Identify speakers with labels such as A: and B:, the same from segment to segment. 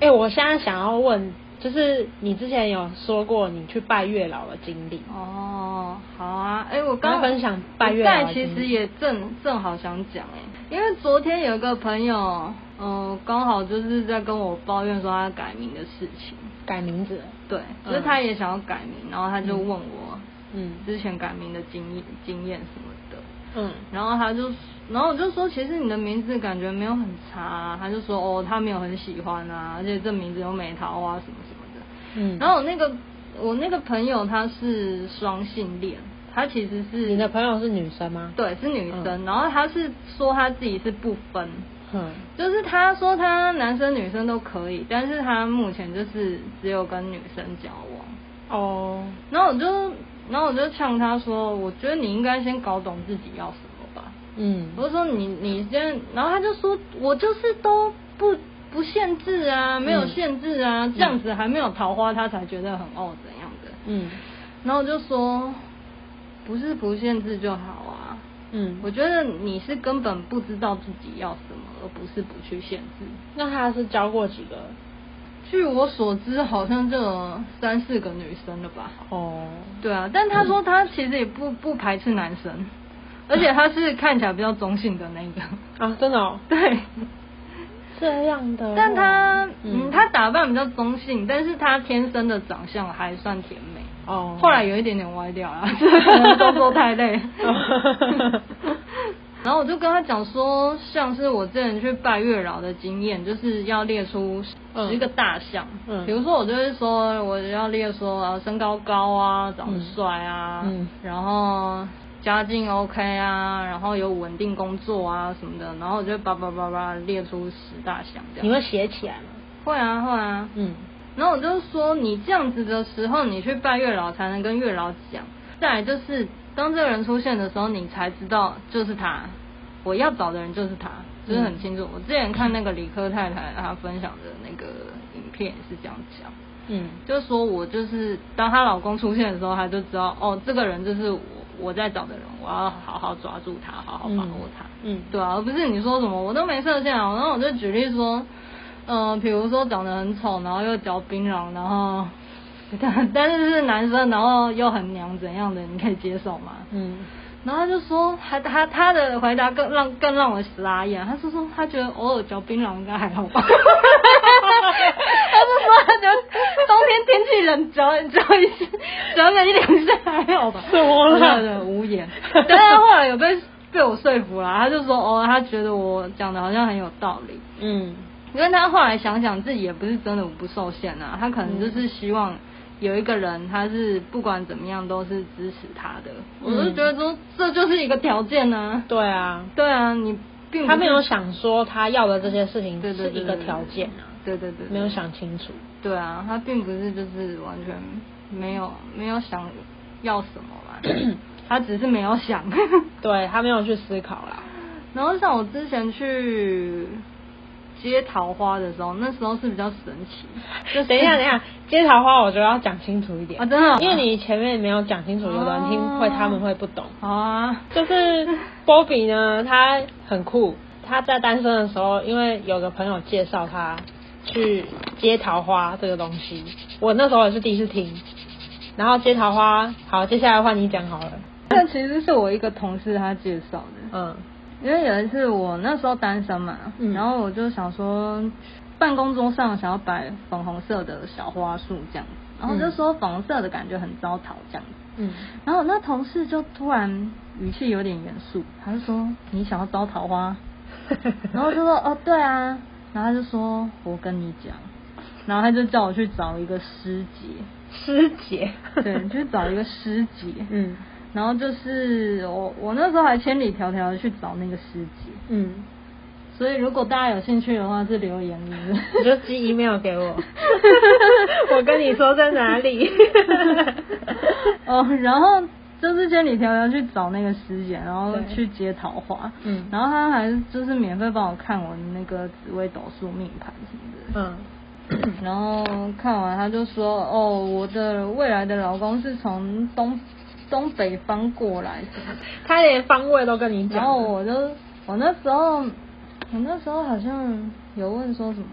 A: 哎我现在想要问，就是你之前有说过你去拜月老的经历，
B: 哦，好啊，哎、我刚
A: 要分享拜月啊
B: 我在
A: 老的
B: 其
A: 经历
B: 实也正正好想讲哎、因为昨天有一个朋友，嗯、刚好就是在跟我抱怨说他改名的事情，
A: 改名字了，
B: 对，就是
A: 嗯
B: 他也想要改名，然后他就问我
A: 嗯
B: 之前改名的经验经验什么的，
A: 嗯
B: 然后他就，然后我就说，其实你的名字感觉没有很差、啊，他就说哦，他没有很喜欢啊，而且这名字又没桃花什么什么的，
A: 嗯，
B: 然后我那个我那个朋友她是双性恋，她其实是
A: 你的朋友是女生吗？，
B: 对是女生，
A: 嗯
B: 然后她是说她自己是不分，
A: 嗯
B: 就是她说她男生女生都可以，但是她目前就是只有跟女生交往。
A: 哦，
B: 然后我就然后我就呛她说，我觉得你应该先搞懂自己要什么吧。
A: 嗯，
B: 我就说你你先，然后他就说我就是都不不限制啊，没有
A: 嗯
B: 限制啊，这样子还没有桃花，他才觉得很哦怎样的。
A: 嗯
B: 然后我就说，不是不限制就好啊。
A: 嗯，
B: 我觉得你是根本不知道自己要什么，而不是不去限制。
A: 那他是交过几个？
B: 据我所知，好像就有三四个女生了吧？
A: 哦，
B: 对啊，但他
A: 嗯
B: 说他其实也不不排斥男生，而且他是看起来比较中性的 那一个。
A: 啊，真的、哦、
B: 对，
A: 这样的哦，
B: 但他嗯，他打扮比较中性，但是他天生的长相还算甜美。
A: 哦，
B: 后来有一点点歪 掉了，可能动作太累
A: 哦。
B: 然后我就跟他讲说，像是我之前去拜月老的经验，就是要列出
A: 嗯
B: 十个大项，
A: 嗯
B: 比如说我就会说我要列说啊身高高啊，长得
A: 嗯
B: 帅啊，
A: 嗯
B: 然后家境 OK 啊，然后有稳定工作啊什么的，然后我就叭叭叭叭列出十大项这样。
A: 你会写起来吗？
B: 会啊会啊，
A: 嗯
B: 然后我就说，你这样子的时候，你去拜月老才能跟月老讲。再来就是，当这个人出现的时候，你才知道就是他，我要找的人就是他，就是很清楚。我之前看那个理科太太她分享的那个影片也是这样讲，
A: 嗯
B: 就是说我就是当她老公出现的时候，她就知道哦，这个人就是我我在找的人，我要好好抓住他，好好把握他。
A: 嗯嗯
B: 对啊，而不是你说什么我都没设限啊。然后我就举例说，呃，比如说长得很丑，然后又嚼槟榔，然后 但但是是男生，然后又很娘怎样的，你可以接受吗？
A: 嗯，
B: 然后他就说，还他他的回答更让更让我傻眼，他是说他觉得偶尔嚼槟榔应该还好吧。 他是说他觉得冬天天气冷，嚼嚼一下，嚼个一两下还好吧。
A: 什么
B: 我
A: 啦
B: 真的无言。但是后来有被被我说服了，他就说哦，他觉得我讲的好像很有道理。
A: 嗯
B: 因为他后来想想自己也不是真的不受限啊，他可能就是希望有一个人，他是不管怎么样都是支持他的。
A: 嗯
B: 我就觉得说这就是一个条件呢、啊。
A: 对啊，
B: 对啊，你并不是
A: 他没有想说他要的这些事情
B: 对对
A: 是
B: 对
A: 一个条件啊，
B: 对对对，对
A: 没有想清楚。
B: 对啊，他并不是就是完全没有没有想要什么 啦，他只是没有想。
A: 对他没有去思考啦。
B: 然后像我之前去接桃花的时候，那时候是比较神奇，就是
A: 等一下，等一下，接桃花我觉得要讲清楚一点
B: 啊真的哦
A: 因为你前面没有讲清楚，有的人听会他们会不懂。
B: 啊好啊，
A: 就是波比呢，他很酷，他在单身的时候，因为有个朋友介绍他去接桃花这个东西，我那时候也是第一次听。然后接桃花，好，接下来换你讲好了。
B: 这其实是我一个同事他介绍的，
A: 嗯
B: 因为有一次我那时候单身嘛，
A: 嗯
B: 然后我就想说办公桌上想要摆粉红色的小花束这样子，然后就说粉红色的感觉很招桃这样子，
A: 嗯，
B: 然后我那同事就突然语气有点严肃，他就说你想要招桃花， 然后我就说哦对啊，然后他就说我跟你讲，然后他就叫我去找一个师姐，
A: 师姐，
B: 对，你去找一个师姐，
A: 嗯
B: 然后就是我我那时候还千里迢迢地去找那个师姐，
A: 嗯，
B: 所以如果大家有兴趣的话是留言是不
A: 你就
B: 是
A: 寄 email 给我， 我跟你说在哪里。
B: 哦，然后就是千里迢迢去找那个师姐，然后
A: 对
B: 去接桃花，
A: 嗯
B: 然后她还就是免费帮我看我那个紫微斗数命盘 什么的，
A: 嗯
B: 然后看完他就说：“哦，我的未来的老公是从东东北方过来什么的。
A: 他连方位都跟你”讲了。
B: 然后我就我那时候我那时候好像有问说什么，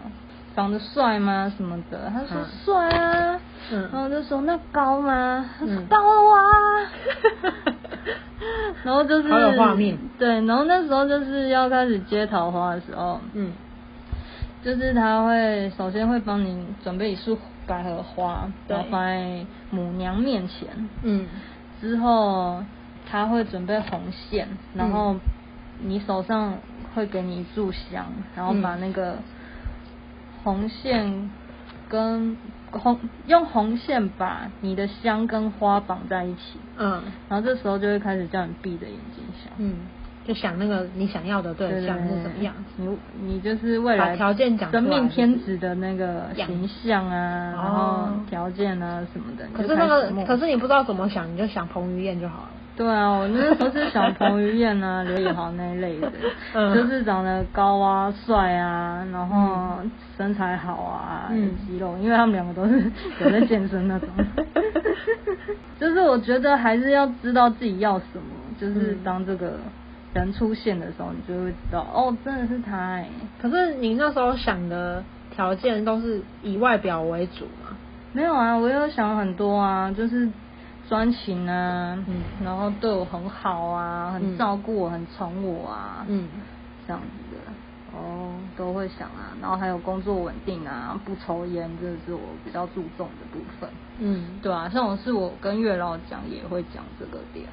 B: 长得帅吗什么的，他说
A: 嗯
B: 帅啊，
A: 嗯
B: 然后我就说那高吗？他说
A: 嗯
B: 高 啊，然后就是
A: 好有画面
B: 对，然后那时候就是要开始接桃花的时候，
A: 嗯
B: 就是他会首先会帮你准备一束百合花，
A: 对
B: 然后放在母娘面前，
A: 嗯
B: 之后他会准备红线，然
A: 嗯
B: 后你手上会给你一炷香，然后把
A: 嗯
B: 那个红线跟红用红线把你的香跟花绑在一起，
A: 嗯
B: 然后这时候就会开始叫你闭着眼睛想。
A: 嗯，就想那个你想要的对象是怎么样。
B: 你你就是未来
A: 把条件讲出来
B: 真命天子的那个
A: 样子
B: 形象啊，然后
A: 哦
B: 条件啊什么的。你
A: 可
B: 就是
A: 那
B: 开始
A: 个，
B: 默
A: 可是你不知道怎么想，你就想彭于晏就好了。
B: 对啊，我那时候是想彭于晏啊、刘以豪那一类的，
A: 嗯
B: 就是长得高啊、帅啊，然后身材好啊、
A: 嗯
B: 有肌肉，因为他们两个都是有在健身那种。 就是我觉得还是要知道自己要什么，就是
A: 嗯
B: 当这个人出现的时候，你就会知道哦，真的是他哎、
A: 可是你那时候想的条件都是以外表为主嘛？
B: 没有啊，我有想很多啊，就是专情啊，
A: 嗯
B: 然后对我很好啊，很
A: 嗯
B: 照顾我，很宠我啊，
A: 嗯，
B: 这样子的，哦，都会想啊，然后还有工作稳定啊，不抽烟，这是我比较注重的部分。
A: 嗯，
B: 对啊，像我是我跟月老讲也会讲这个点，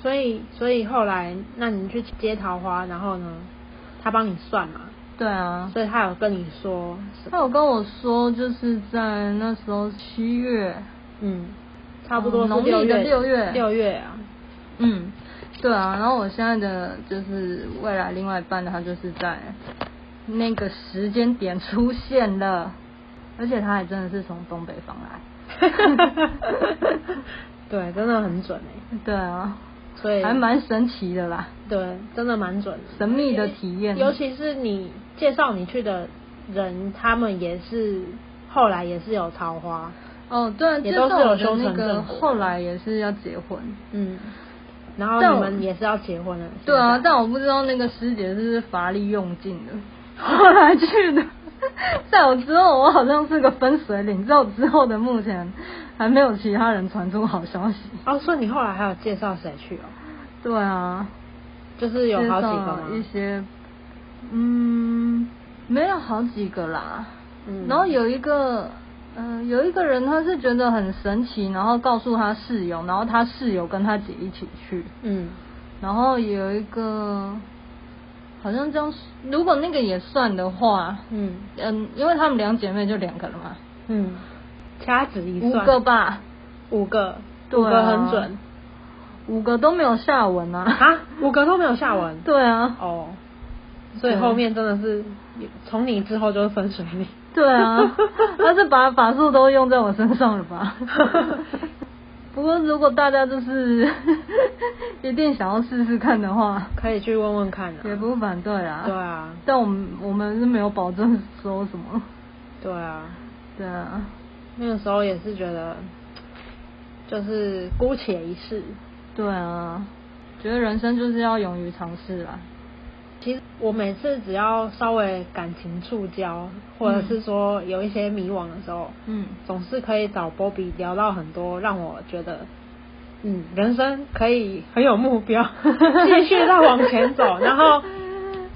A: 所以所以后来，那你去接桃花，然后呢，他帮你算嘛？
B: 对啊，
A: 所以他有跟你说什
B: 他
A: 么？
B: 有跟我说就是在那时候七月，
A: 嗯，差不多是
B: 嗯农历的
A: 月，
B: 六月
A: 六月 啊，，
B: 嗯，对啊，然后我现在的就是未来另外一半的，他就是在那个时间点出现了，而且他还真的是从东北方 来
A: 对，真的很准哎、
B: 对啊，
A: 所以
B: 还蛮神奇的啦，
A: 对，真的蛮准的，
B: 神秘的体验
A: 尤其是你介绍你去的人，他们也是后来也是有桃花，
B: 哦，对，
A: 也
B: 这
A: 都是有
B: 是
A: 修
B: 我的那
A: 成
B: 个
A: 正果
B: 后来也是要结婚。
A: 嗯，然后
B: 但
A: 你
B: 我
A: 们也是要结婚了，
B: 对啊，
A: 现在
B: 但我不知道那个师姐是不是乏力用尽了， 后来去的。 在我之后，我好像是个分水岭。在我之后的目前，还没有其他人传出好消息。
A: 哦，所以你后来还有介绍谁去哦？
B: 对啊，
A: 就是有好几个吗
B: 介绍一些，嗯，没有好几个啦。
A: 嗯
B: 然后有一个，嗯、有一个人他是觉得很神奇，然后告诉他室友，然后他室友跟他姐一起去，
A: 嗯
B: 然后有一个，好像这样，如果那个也算的话，
A: 嗯
B: 嗯，因为他们两姐妹就两个了嘛，
A: 嗯，掐指一
B: 五
A: 算，
B: 个吧，
A: 五个，
B: 对
A: 五
B: 啊
A: 个很准
B: 五个都没有下文啊，
A: 啊，五个都没有下文，
B: 对啊，
A: 哦，所以
B: 对
A: 后面真的是从你之后就是分水岭。
B: 对啊，他是把法术都用在我身上了 吧？不过如果大家就是 一定想要试试看的话，
A: 可以去问问看啊。
B: 也不反对啦。
A: 对，啊，
B: 但我们我们是没有保证说什么。
A: 对啊，
B: 对啊，
A: 那个时候也是觉得，就是姑且一试。
B: 对啊，觉得人生就是要勇于尝试啊啦。
A: 其实我每次只要稍微感情触礁，或者是说有一些迷惘的时候，
B: 嗯
A: 总是可以找波比聊到很多让我觉得，嗯，人生可以很有目标，继续再往前走，然后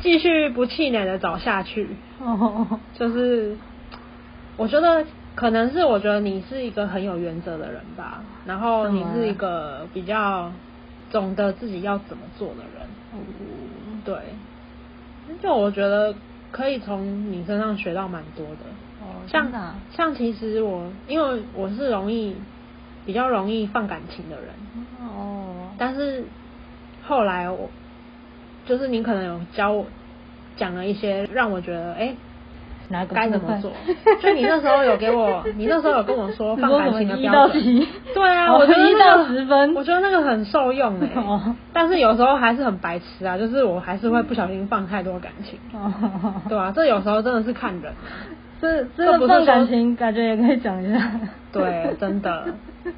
A: 继续不气馁的走下去。
B: 哦，
A: 就是我觉得可能是我觉得你是一个很有原则的人吧，然后你是一个比较懂得自己要怎么做的人，
B: 哦
A: 对，就我觉得可以从你身上学到蛮多的，
B: 哦，
A: 像
B: 真的啊
A: 像其实我因为我是容易比较容易放感情的人，
B: 哦，
A: 但是后来我就是你可能有教我讲了一些让我觉得哎。诶
B: 哪个
A: 该怎么做？就你那时候有给 我，你那时候有跟我说
B: 你
A: 放
B: 说
A: 感
B: 什么
A: 情的
B: 一
A: 标
B: 到
A: 准
B: 几。
A: 对啊，
B: 哦
A: 我觉得
B: 一
A: 那个
B: 到十分
A: 我觉得那个很受用哎、
B: 哦
A: 但是有时候还是很白痴啊，就是我还是会不小心放太多感情。
B: 哦，
A: 对啊，这有时候真的是看人。啊
B: 这
A: 这
B: 这
A: 不是
B: 个放感
A: 说
B: 情感觉也可以讲一下。
A: 对，真的，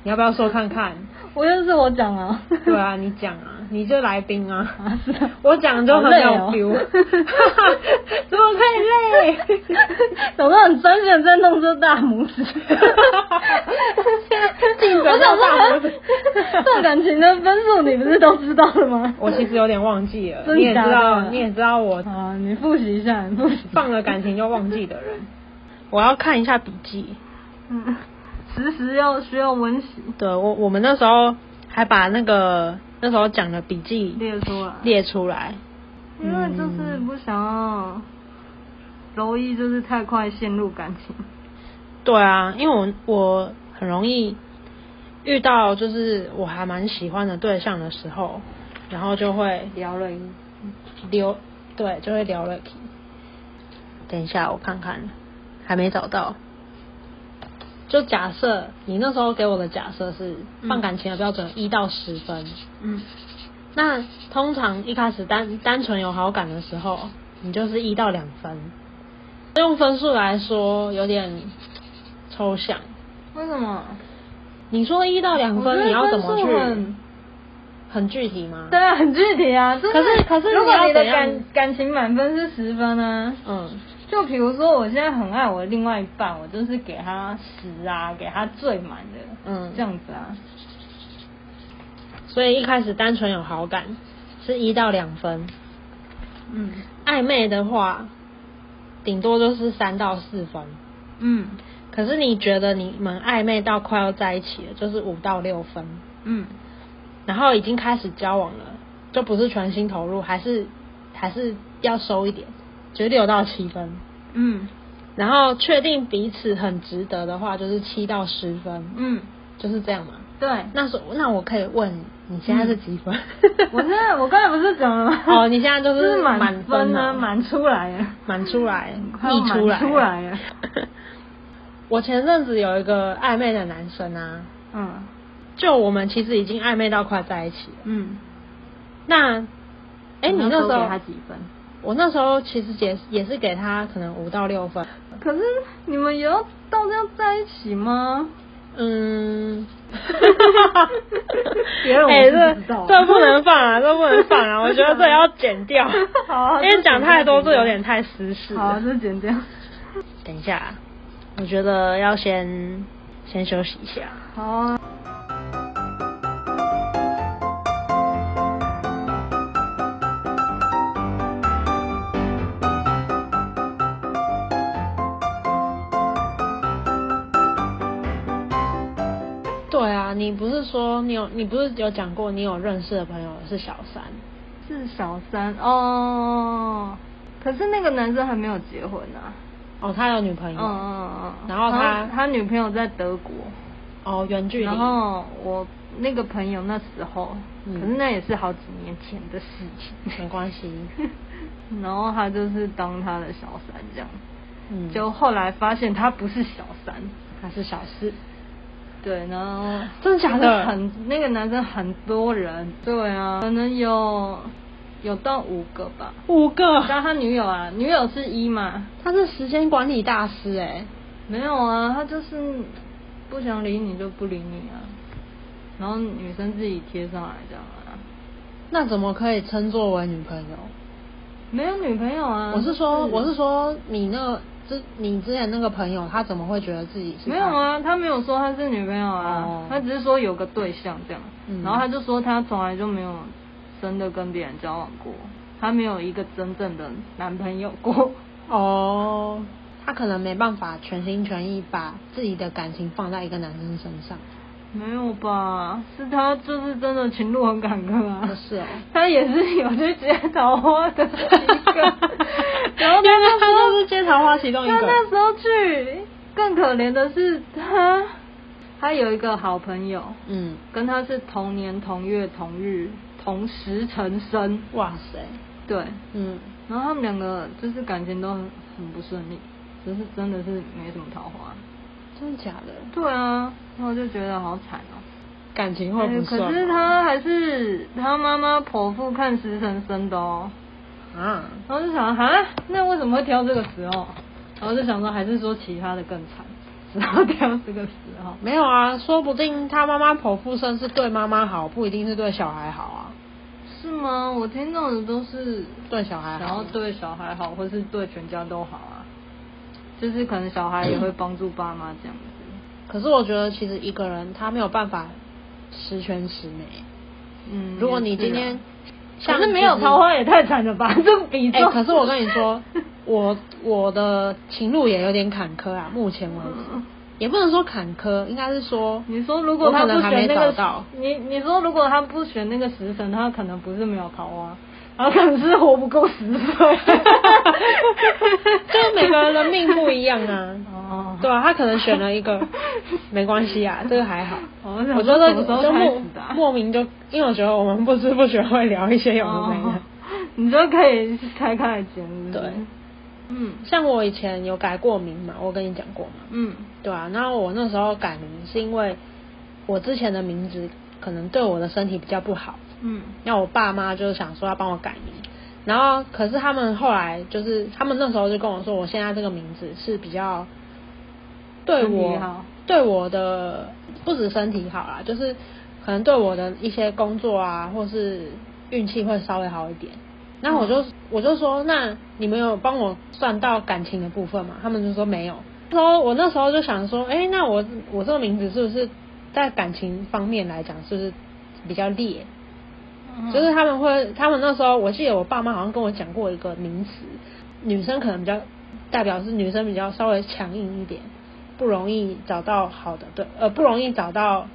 A: 你要不要说看看？
B: 我又是我讲啊。
A: 对啊，你讲啊。你就来宾啊
B: 啊是啊，
A: 我讲就很有
B: 好累
A: feel，、
B: 哦
A: 怎么会累？
B: 总是很专心地在弄这大拇指，
A: 竞争到大拇指
B: 我想说 这感情的分数你不是都知道了吗？
A: 我其实有点忘记了，
B: 真
A: 你也
B: 假
A: 知道，
B: 的
A: 你也知道我
B: 啊，你复习一下，你复习一下
A: 放了感情就忘记的人，我要看一下笔记。
B: 嗯，时时要需要温习，
A: 对我，我们那时候还把那个那时候讲的笔记
B: 列出来，
A: 列出来，
B: 因为就是不想要柔一就是太快陷入感情，
A: 对啊，因为我我很容易遇到就是我还蛮喜欢的对象的时候，然后就会
B: 聊了一，
A: 嗯留对，就会聊了。等一下，我看看，还没找到。就假设你那时候给我的假设是
B: 嗯
A: 放感情的标准一到十分，
B: 嗯，
A: 那通常一开始单单纯有好感的时候，你就是一到两分。用分数来说有点抽象。
B: 为什么？
A: 你说一到两
B: 我觉
A: 分，
B: 得
A: 你要怎么去
B: 分数很？
A: 很具体吗？
B: 对啊，很具体啊。就是
A: 可是可是
B: 如果
A: 你要
B: 你的
A: 怎样
B: 感感情满分是十分呢、
A: 嗯，
B: 就比如说我现在很爱我的另外一半，我就是给他十啊，给他最满的，
A: 嗯
B: 这样子啊。
A: 所以一开始单纯有好感是一到两分，
B: 嗯
A: 暧昧的话，顶多就是三到四分。
B: 嗯
A: 可是你觉得你们暧昧到快要在一起了，就是五到六分，
B: 嗯，
A: 然后已经开始交往了，就不是全心投入，还是还是要收一点，就是六到七分。
B: 嗯
A: 然后确定彼此很值得的话，就是七到十分，
B: 嗯，
A: 就是这样嘛。
B: 对。
A: 那时候那我可以问你现在是几分？
B: 嗯我 现在我刚才不是讲了吗？
A: 哦你现在就是
B: 是满
A: 满
B: 分
A: 分
B: 呢，
A: 啊
B: 满出来了。
A: 满出来，
B: 快要
A: 溢出来，
B: 满出 来了。
A: 我前阵子有一个暧昧的男生啊，
B: 嗯
A: 就我们其实已经暧昧到快在一起了。
B: 嗯。
A: 那，哎，你那时
B: 给
A: 候
B: 他几分？
A: 我那时候其实也也是给他可能五到六分，
B: 可是你们也要到这样在一起吗？
A: 嗯，
B: 别人我
A: 哎
B: 是
A: 这
B: 不知道啊，
A: 这不能放啊，这不能放 啊，我觉得这要剪掉
B: 好啊
A: 因为讲太多
B: 这
A: 这
B: 剪掉
A: 有点太私事
B: 好，
A: 了。
B: 这剪掉。
A: 等一下啊，我觉得要先先休息一下。
B: 好啊。
A: 对啊，你不是说你有你不是有讲过你有认识的朋友是小三？
B: 是小三哦，可是那个男生还没有结婚啊。
A: 哦，他有女朋
B: 嗯
A: 友，
B: 嗯嗯。
A: 然后他
B: 他女朋友在德国，
A: 哦，远距离，
B: 然后我那个朋友那时候，
A: 嗯
B: 可是那也是好几年前的事情。
A: 没关系，
B: 然后他就是当他的小三这样，
A: 嗯，
B: 就后来发现他不是小三，
A: 他是小四，
B: 对，然后
A: 真的假的
B: 很那个男生很多人，对啊，可能有有到五个吧。
A: 五个，
B: 但他女友 啊，女友是一嘛？
A: 他是时间管理大师哎、
B: 没有啊，他就是不想理你就不理你啊，然后女生自己贴上来这样啊，
A: 那怎么可以称作为女朋友？
B: 没有女朋友啊。
A: 我是说，我是说你那个之你之前那个朋友，他怎么会觉得自己是
B: 没有？啊，他没有说他是女朋友啊，
A: 哦
B: 他只是说有个对象这样，
A: 嗯
B: 然后他就说他从来就没有真的跟别人交往过，他没有一个真正的男朋友 过。
A: 哦，他可能没办法全心全意把自己的感情放在一个男生身上。
B: 没有吧？是他就是真的情路很坎坷啊。
A: 哦是哦，
B: 他也是有去接桃花的一个 然后他
A: 原来
B: 那时
A: 他
B: 候
A: 就是接桃花其中一个
B: 他那时候去，更可怜的是他，他有一个好朋友，
A: 嗯，
B: 跟他是同年同月同日同时成生，
A: 哇塞，
B: 对，
A: 嗯，
B: 然后他们两个就是感情都很很不顺利，只是真的是没什么桃花。
A: 真的假的？
B: 对啊，然后我就觉得好惨哦、
A: 感情会
B: 哎
A: 不顺、
B: 可是他还是他妈妈剖腹看时辰生的哦，
A: 啊，
B: 然后就想哈，那为什么会挑这个时候？然后就想说，还是说其他的更惨，然后挑这个时候。
A: 没有啊，说不定他妈妈剖腹生是对妈妈好，不一定是对小孩好啊。
B: 是吗？我听到的都是
A: 对小孩好
B: 然后对小孩好，或是对全家都好啊。就是可能小孩也会帮助爸妈这样子。
A: 可是我觉得其实一个人他没有办法十全十美。
B: 嗯，
A: 如果你
B: 也是啊
A: 今天
B: 可
A: 像
B: 是没有
A: 其实
B: 桃花也太惨 了吧？这个比
A: 哎、
B: 重。
A: 可是我跟你说，我我的情路也有点坎坷啊，目前为止，
B: 嗯
A: 也不能说坎坷，应该是说，
B: 你说如果
A: 我
B: 他
A: 可
B: 不
A: 能还
B: 选
A: 没
B: 那
A: 找
B: 个，
A: 到，
B: 你你说如果他不选那个食神，他可能不是没有桃花，然后可能是活不够十岁。
A: 就是每个人的命不一样啊。
B: 哦，
A: 对啊，他可能选了一 个，没关系啊，这个还好。
B: 哦我想
A: 我
B: 说
A: 觉得
B: 什么时候
A: 就
B: 开
A: 莫
B: 始的啊
A: 莫名就，因为我觉得我们不知不觉会聊一些有的没的。
B: 哦 你就可以开开来剪是不是
A: 对
B: 嗯
A: 像我以前有改过名嘛，我跟你讲过嘛。
B: 嗯
A: 对啊，然后我那时候改名是因为我之前的名字可能对我的身体比较不好，
B: 嗯
A: 那我爸妈就想说要帮我改名，然后可是他们后来就是他们那时候就跟我说，我现在这个名字是比较对
B: 身体
A: 我
B: 好
A: 对我的不止身体好啦，就是可能对我的一些工作啊，或是运气会稍微好一点。那我
B: 嗯
A: 就、我就说，那你们有帮我算到感情的部分吗？他们就说没有。那时候我那时候就想说，哎，那我我这个名字是不是在感情方面来讲，是不是比较劣？
B: 嗯
A: 就是他们会，他们那时候我记得我爸妈好像跟我讲过一个名词，女生可能比较代表是女生比较稍微强硬一点，不容易找到好的对，呃，不容易找到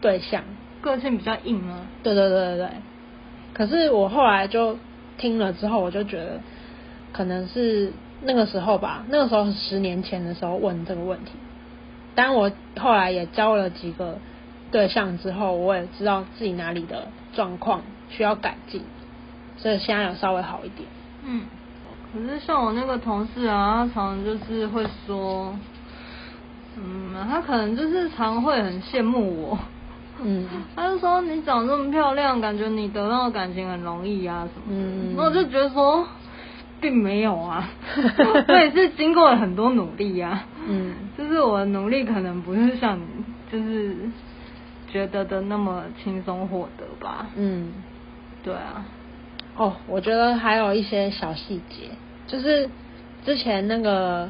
A: 对象。
B: 个性比较硬啊吗？
A: 对对对对对。可是我后来就听了之后，我就觉得可能是那个时候吧，那个时候是十年前的时候问这个问题。当我后来也交了几个对象之后，我也知道自己哪里的状况需要改进，所以现在有稍微好一点。
B: 嗯，可是像我那个同事啊，他常常就是会说，嗯，他可能就是常会很羡慕我，
A: 嗯，
B: 他就说你长这么漂亮，感觉你得到感情很容易啊什么的，
A: 嗯
B: 然后我就觉得说，并没 有啊，我也是经过了很多努力啊，
A: 嗯
B: 就是我的努力可能不是像你就是觉得的那么轻松获得吧，
A: 嗯，
B: 对啊，
A: 哦，我觉得还有一些小细节，就是之前那个，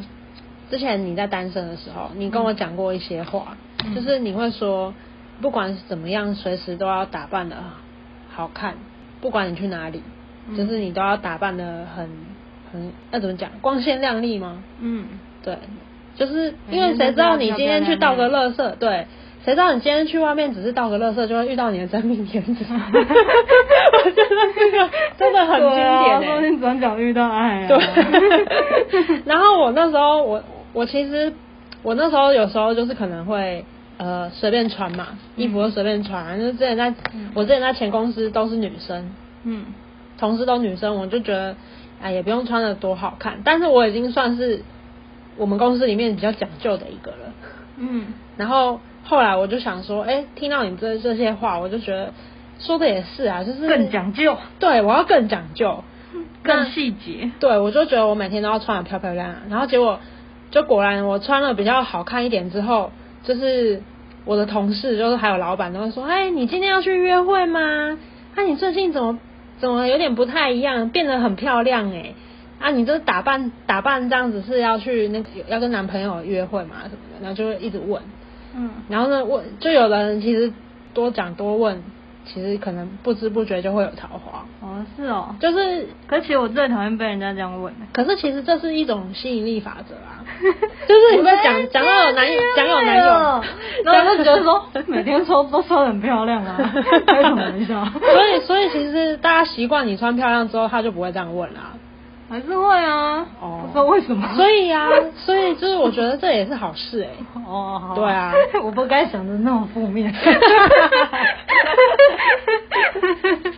A: 之前你在单身的时候，你跟我讲过一些话，
B: 嗯
A: 就是你会说，不管是怎么样，随时都要打扮的好看，不管你去哪里，
B: 嗯
A: 就是你都要打扮的很很，那怎么讲，光鲜亮丽吗？
B: 嗯。
A: 对，就是因为谁知道你今天去倒个垃圾，对，谁知道你今天去外面只是倒个垃圾，就会遇到你的真命天子。我觉得这个 真的很经典、
B: 对啊，说
A: 欸
B: 不定转角遇到爱、啊。
A: 对， 然后我那时候我我其实我那时候有时候就是可能会呃随便穿嘛，衣服就随便穿，就是之前在、
B: 嗯
A: 我之前在前公司都是女生，
B: 嗯
A: 同事都女生，我就觉得哎也不用穿的多好看，但是我已经算是我们公司里面比较讲究的一个了。
B: 嗯
A: 然后后来我就想说，哎，听到你这这些话，我就觉得说的也是啊，就是
B: 更讲究，
A: 对我要更讲究，
B: 更细节。
A: 对，我就觉得我每天都要穿的漂漂亮亮，然后结果就果然我穿了比较好看一点之后，就是我的同事就是还有老板都会说，哎，你今天要去约会吗？啊，你最近怎么怎么有点不太一样，变得很漂亮哎、啊，你这打扮打扮这样子是要去那个要跟男朋友约会吗？什么的，然后就会一直问，
B: 嗯
A: 然后呢，我就有的人其实多讲多问，其实可能不知不觉就会有桃花，
B: 哦是哦，
A: 就是
B: 可其实我最讨厌被人家这样 问。欸
A: 可是其实这是一种吸引力法则啊，就是你在讲讲到有男友，讲有男
B: 哎哦
A: 友，
B: 然后我就觉得说， 每天说都说得很漂亮 啊，开什么玩笑？
A: 所以所以其实大家习惯你穿漂亮之后，他就不会这样问啦、
B: 还是会啊，
A: 哦
B: 不知道为什么。
A: 所以啊，所以就是我觉得这也是好事哎、
B: 哦，好
A: 对啊
B: 我不该想的那么负 面。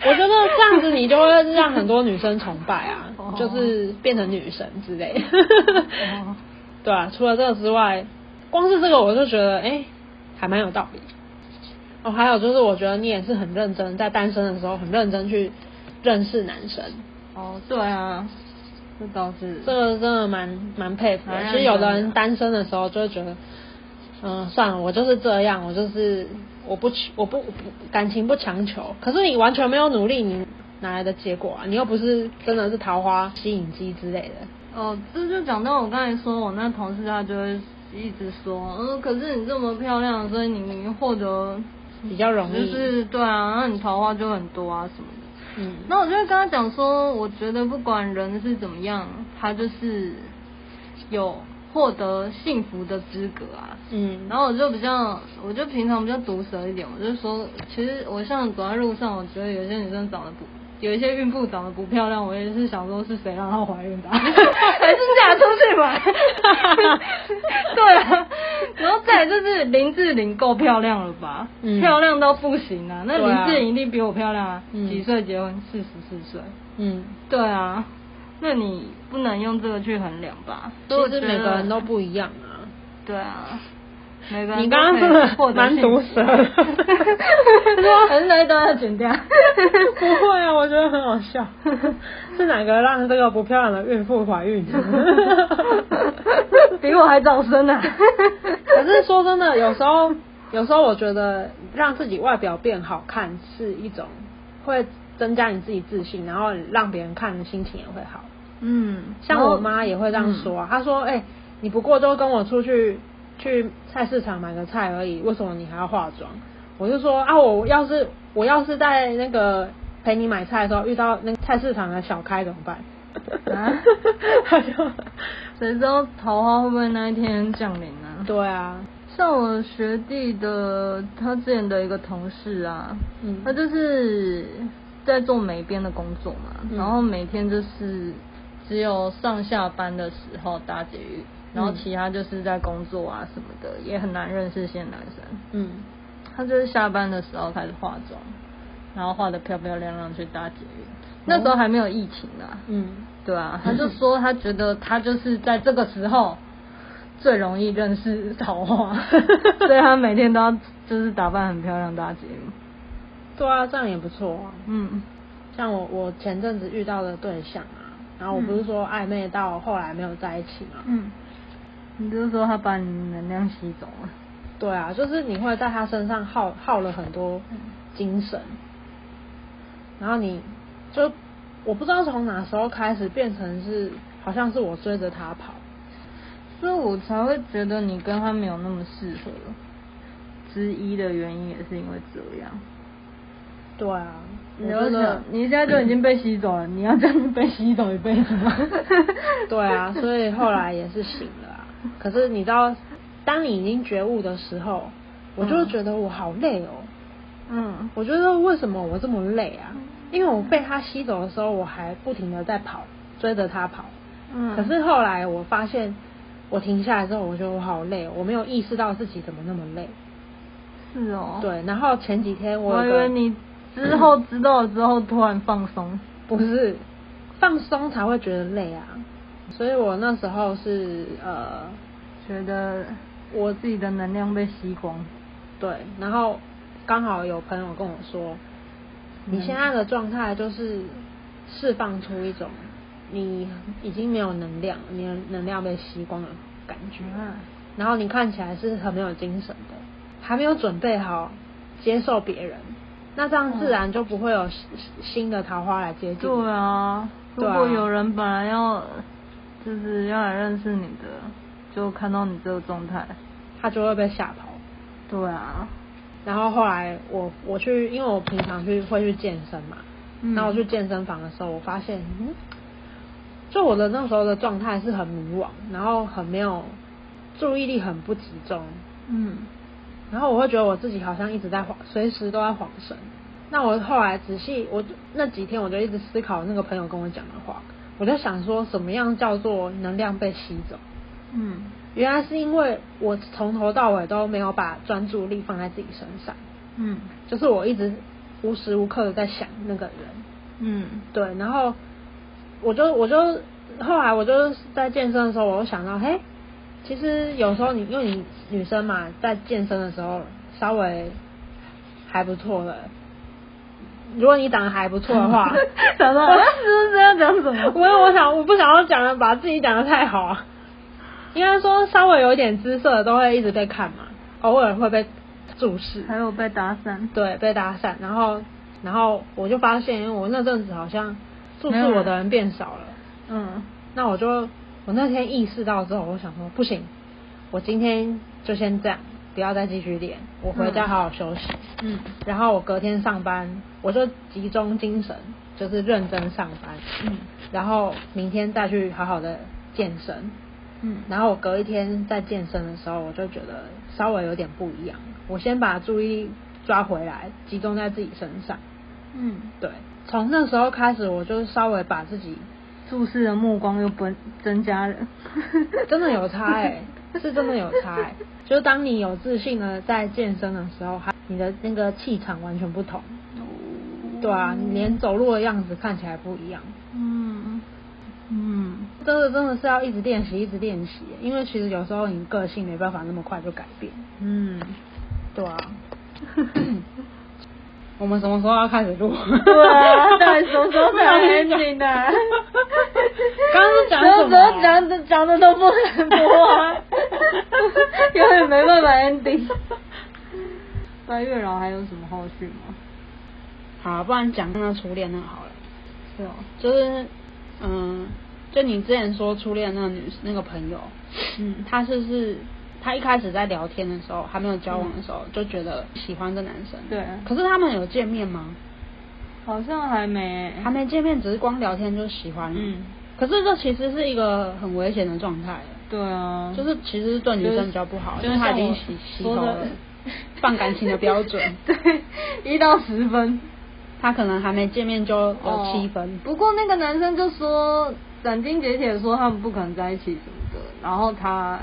A: 我觉得这样子你就会让很多女生崇拜啊
B: 哦，
A: 就是变成女神之类的。
B: 哦
A: 对啊，除了这个之外，光是这个我就觉得，哎、还蛮有道理。哦，还有就是，我觉得你也是很认真，在单身的时候很认真去认识男生，
B: 哦，对啊，这倒是。
A: 这个真的蛮蛮佩服
B: 蛮
A: 的。
B: 认
A: 其
B: 真
A: 实
B: 的
A: 有的人单身的时候就会觉得，嗯，算了，我就是这样，我就是我不去，我不我不感情不强求，可是你完全没有努力，你哪来的结果啊？你又不是真的是桃花吸引机之类的。
B: 哦，这就讲到我刚才说，我那同事他就会一直说，嗯，可是你这么漂亮，所以你你获得
A: 比较容易
B: 就是对啊，然后你桃花就很多啊什么的。
A: 嗯，
B: 那我就会跟他讲说，我觉得不管人是怎么样，他就是有获得幸福的资格啊。
A: 嗯，
B: 然后我就比较，我就平常比较毒舌一点，我就说，其实我像走在路上，我觉得有些女生长得不，有一些孕妇长得不漂亮，我也是想说是谁让她怀 孕的啊、还是嫁出去吧。对啊，然后再来就是林志玲够漂亮了吧？
A: 嗯
B: 漂亮到不行啊！那
A: 对啊
B: 林志玲一定比我漂亮啊！
A: 嗯
B: 几岁结婚？四十四岁。
A: 嗯，
B: 对啊，那你不能用这个去衡量吧？
A: 其
B: 所以我
A: 实
B: 觉
A: 每个
B: 得
A: 人都不一样啊。
B: 对啊，每个人
A: 你刚刚真的蛮毒 舌的
B: 还是那一段要剪掉？
A: 不会啊，我觉得很好 笑。是哪个让这个不漂亮的孕妇怀孕 的？
B: 比我还早生呢、啊。
A: 可是说真的，有时候有时候我觉得让自己外表变好看是一种会增加你自己自信，然后让别人看的心情也会好。
B: 嗯，
A: 像我妈也会这样说、啊，她说：“哎、你不过就跟我出去去菜市场买个菜而已，为什么你还要化妆？”我就说：“啊，我要是我要是在那个陪你买菜的时候遇到那个菜市场的小开怎么办？”
B: 啊
A: 她就
B: 谁知道桃花会不会那一天降临啊？
A: 对啊，
B: 像我学弟的，他之前的一个同事啊，
A: 嗯
B: 他就是在做美编的工作嘛，
A: 嗯
B: 然后每天就是只有上下班的时候搭捷运，然
A: 嗯
B: 后其他就是在工作啊什么的，也很难认识新的男生。
A: 嗯
B: 他就是下班的时候开始化妆，然后化的漂漂亮亮去搭捷运，那时候还没有疫情啊，
A: 嗯，
B: 对啊，他就说他觉得他就是在这个时候最容易认识桃花，所以他每天都要就是打扮很漂亮搭捷运。
A: 对啊，这样也不错啊。
B: 嗯，
A: 像我我前阵子遇到的对象啊，然后我不是说暧昧到后来没有在一起嘛，
B: 嗯，你就是说他把你能量吸走了？
A: 对啊，就是你会在他身上耗耗了很多
B: 嗯
A: 精神，然后你就我不知道从哪时候开始变成是好像是我追着他跑，
B: 所以我才会觉得你跟他没有那么适合。之一的原因也是因为这样。
A: 对啊，我
B: 你
A: 觉
B: 要想
A: 得，
B: 你现在就已经被吸走了，你要这样被吸走一辈子吗？
A: 对啊，所以后来也是醒了啊。可是你知道，当你已经觉悟的时候，我就会觉得我好累哦。
B: 嗯，
A: 我觉得为什么我这么累啊？因为我被他吸走的时候，我还不停的在跑，追着他跑。
B: 嗯
A: 可是后来我发现，我停下来之后，我觉得我好累哦，我没有意识到自己怎么那么累。
B: 是哦，，
A: 对，然后前几天
B: 我
A: 我
B: 以
A: 有个
B: 为你之后知道了之后突然放松，
A: 不是放松才会觉得累啊，所以我那时候是呃，
B: 觉得
A: 我
B: 自己的能量被吸光。
A: 对，然后刚好有朋友跟我说，你现在的状态就是释放出一种你已经没有能量，你的能量被吸光的感觉，
B: 嗯
A: 然后你看起来是很没有精神的，还没有准备好接受别人，那这样自然就不会有新新的桃花来接近。
B: 对，啊，如
A: 对啊
B: 果有人本来要就是要来认识你的，就看到你这个状态，
A: 他就会被吓跑。
B: 对啊，
A: 然后后来我我去，因为我平常去会去健身嘛，
B: 嗯
A: 然后我去健身房的时候，我发现，嗯，就我的那时候的状态是很迷惘，然后很没有注意力，很不集中，
B: 嗯
A: 然后我会觉得我自己好像一直在晃，随时都在晃神。那我后来仔细，我那几天我就一直思考那个朋友跟我讲的话，我就想说，什么样叫做能量被吸走？
B: 嗯
A: 原来是因为我从头到尾都没有把专注力放在自己身上，
B: 嗯
A: 就是我一直无时无刻的在想那个人，
B: 嗯，
A: 对，然后我就我就后来我就在健身的时候，我又想到，嘿，其实有时候你因为你女生嘛，在健身的时候稍微还不错的，如果你长得还不错的话
B: 想到
A: 我
B: 是这样讲什么
A: 我我想我不想要讲的把自己讲的太好啊，应该说稍微有一点姿色的都会一直被看嘛，偶尔会被注视，
B: 还有被打散，
A: 对，被打散，然后然后我就发现，嗯我那阵子好像注
B: 没
A: 视
B: 有人
A: 我的人变少了，
B: 嗯，
A: 那我就我那天意识到之后，我想说不行，我今天就先这样，不要再继续练，我回家
B: 嗯
A: 好好休息。
B: 嗯，
A: 然后我隔天上班，我就集中精神，就是认真上班，
B: 嗯，
A: 然后明天再去好好的健身，
B: 嗯，
A: 然后我隔一天在健身的时候，我就觉得稍微有点不一样，我先把注意力抓回来，集中在自己身上，
B: 嗯，
A: 对，从那时候开始，我就稍微把自己
B: 注视的目光又不增加了，
A: 真的有差哎、是真的有差哎、就是当你有自信的在健身的时候，还你的那个气场完全不同，对啊，你连走路的样子看起来不一样。
B: 嗯嗯，
A: 真的真的是要一直练习，一直练习，因为其实有时候你个性没办法那么快就改变，
B: 嗯，
A: 对 啊。我们什么时候要开始录？
B: 对啊，到底什么时候才能 ending 啊呢？
A: 刚刚是讲什
B: 什么
A: 么？啊
B: 讲的讲的都不能播啊， 永远没办法 ending。拜月老还有什么后续吗？
A: 好，不然讲那初恋那个好了。
B: 是哦，
A: 就是，嗯，就你之前说初恋那个女那个朋友，
B: 嗯，
A: 她是不是她一开始在聊天的时候，还没有交往的时候，就觉得喜欢这男生。
B: 嗯对
A: 可是他们有见面吗？
B: 好像还没，
A: 还没见面，只是光聊天就喜欢了。
B: 嗯。
A: 可是这其实是一个很危险的状态，
B: 对啊，
A: 就是其实对女生比较不好，
B: 就
A: 因
B: 是
A: 为她已
B: 像
A: 经
B: 我
A: 洗洗头
B: 说的，
A: 了，放感情的标准
B: 对，一到十分，
A: 她可能还没见面就有七分。
B: 哦不过那个男生就说斩钉截铁说他们不可能在一起什么的，然后他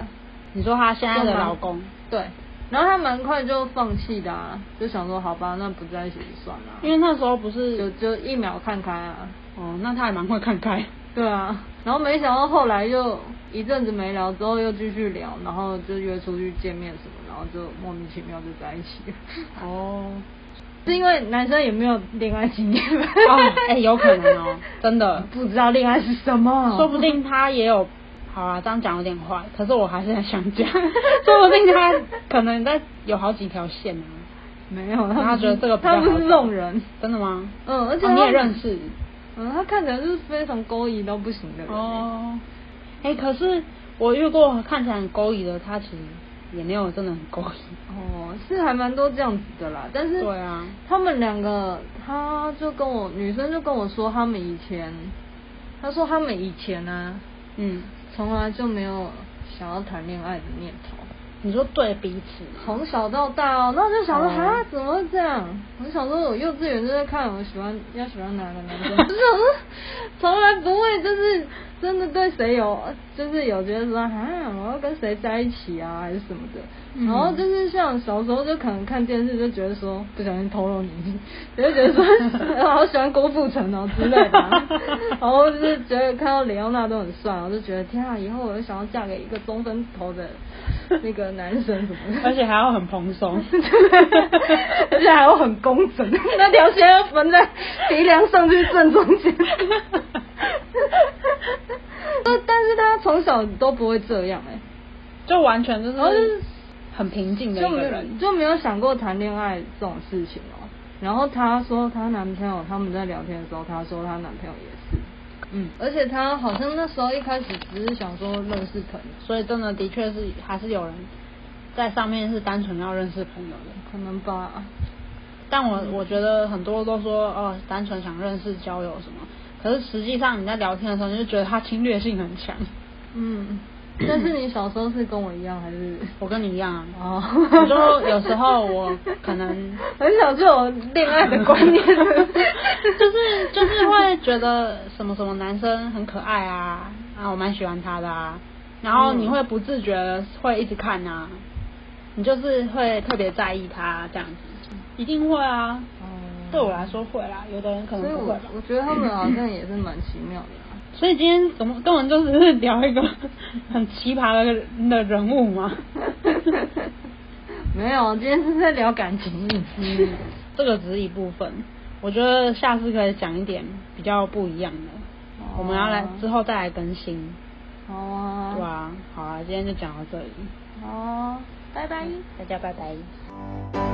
A: 你说她现在的
B: 就蛮
A: 老公，
B: 对，然后他蛮快就放弃的、啊，就想说好吧，那不在一起就算了、啊
A: 因为那时候不是
B: 就就一秒看开啊，
A: 哦，那他还蛮会看开。
B: 对啊，然后没想到后来又一阵子没聊，之后又继续聊，然后就约出去见面什么，然后就莫名其妙就在一起 了。
A: 哦，
B: 是因为男生也没有恋爱经验吧？
A: 哦，哎、有可能哦，真的，
B: 不知道恋爱是什么，
A: 说不定他也有。好啊，这样讲有点坏，可是我还是很想 讲，说不定他可能在有好几条线啊，
B: 没有，
A: 然后他觉得这个比较
B: 他
A: 好
B: 不是这种人，
A: 真的吗？
B: 嗯，而且
A: 哦
B: 他
A: 你也认识
B: 嗯，他看起来就是非常勾引到不行的人，欸
A: 哦，哎、可是我遇过看起来很勾引的，他其实也没有真的很勾引，
B: 哦，是还蛮多这样子的啦，但是
A: 对啊，
B: 他们两个，他就跟我女生就跟我说，他们以前，他说他们以前呢、
A: 嗯，
B: 从来就没有想要谈恋爱的念头，
A: 你说对彼此吗？
B: 从小到大哦，然后就想说
A: 哦
B: 啊、怎么会这样？我想说，我幼稚园就在看我喜欢要喜欢哪个 男生，就是我说从来不会就是真的对谁有，就是有觉得说啊，我要跟谁在一起啊，还是什么的。
A: 嗯
B: 然后就是像小时候就可能看电视就觉得说不小心透露年纪， 就会觉得说 好喜欢郭富城哦之类的啊、 然后就是觉得看到雷欧娜都很帅，我就觉得天啊，以后我就想要嫁给一个中分头的那个男生什么的。
A: 而且还要很蓬 松，
B: 而且还要很工整， 那条线要缝在鼻梁上去正中间。但但是他从小都不会这样哎、
A: 就完全就
B: 然后哦就是
A: 是很平静的
B: 就
A: 一个
B: 没有
A: 人，
B: 就没有想过谈恋爱这种事情哦、然后她说她男朋友他们在聊天的时候，她说她男朋友也是，
A: 嗯，
B: 而且她好像那时候一开始只是想说认识朋友，
A: 所以真的的确是还是有人在上面是单纯要认识朋友的，
B: 可能吧，
A: 但
B: 嗯
A: 我我觉得很多都说哦，单纯想认识交友什么，可是实际上你在聊天的时候，你就觉得他侵略性很强。
B: 嗯。但是你小时候是跟我一样还是？
A: 我跟你一样啊，
B: 哦，
A: 我就有时候我可能
B: 很小就有恋爱的 观念，
A: 就是就是会觉得什么什么男生很可爱啊，啊，我蛮喜欢他的啊，然后
B: 嗯
A: 你会不自觉地会一直看啊，你就是会特别在意他这样子，一定会啊，
B: 嗯
A: 对我来说会啦，有的人可
B: 所以
A: 能不会
B: 我
A: 吧。
B: 我觉得他们好像也是蛮奇妙的啊、
A: 所以今天怎么根本就只是聊一个很奇葩的人的人物 嘛，
B: 啊没有，今天是在聊感情。
A: 嗯，这个只是一部分，我觉得下次可以讲一点比较不一样的，
B: 哦
A: 我们要来之后再来更新。
B: 好啊，
A: 对啊，好啊，今天就讲到这里，
B: 好啊，拜拜。
A: 大家拜拜。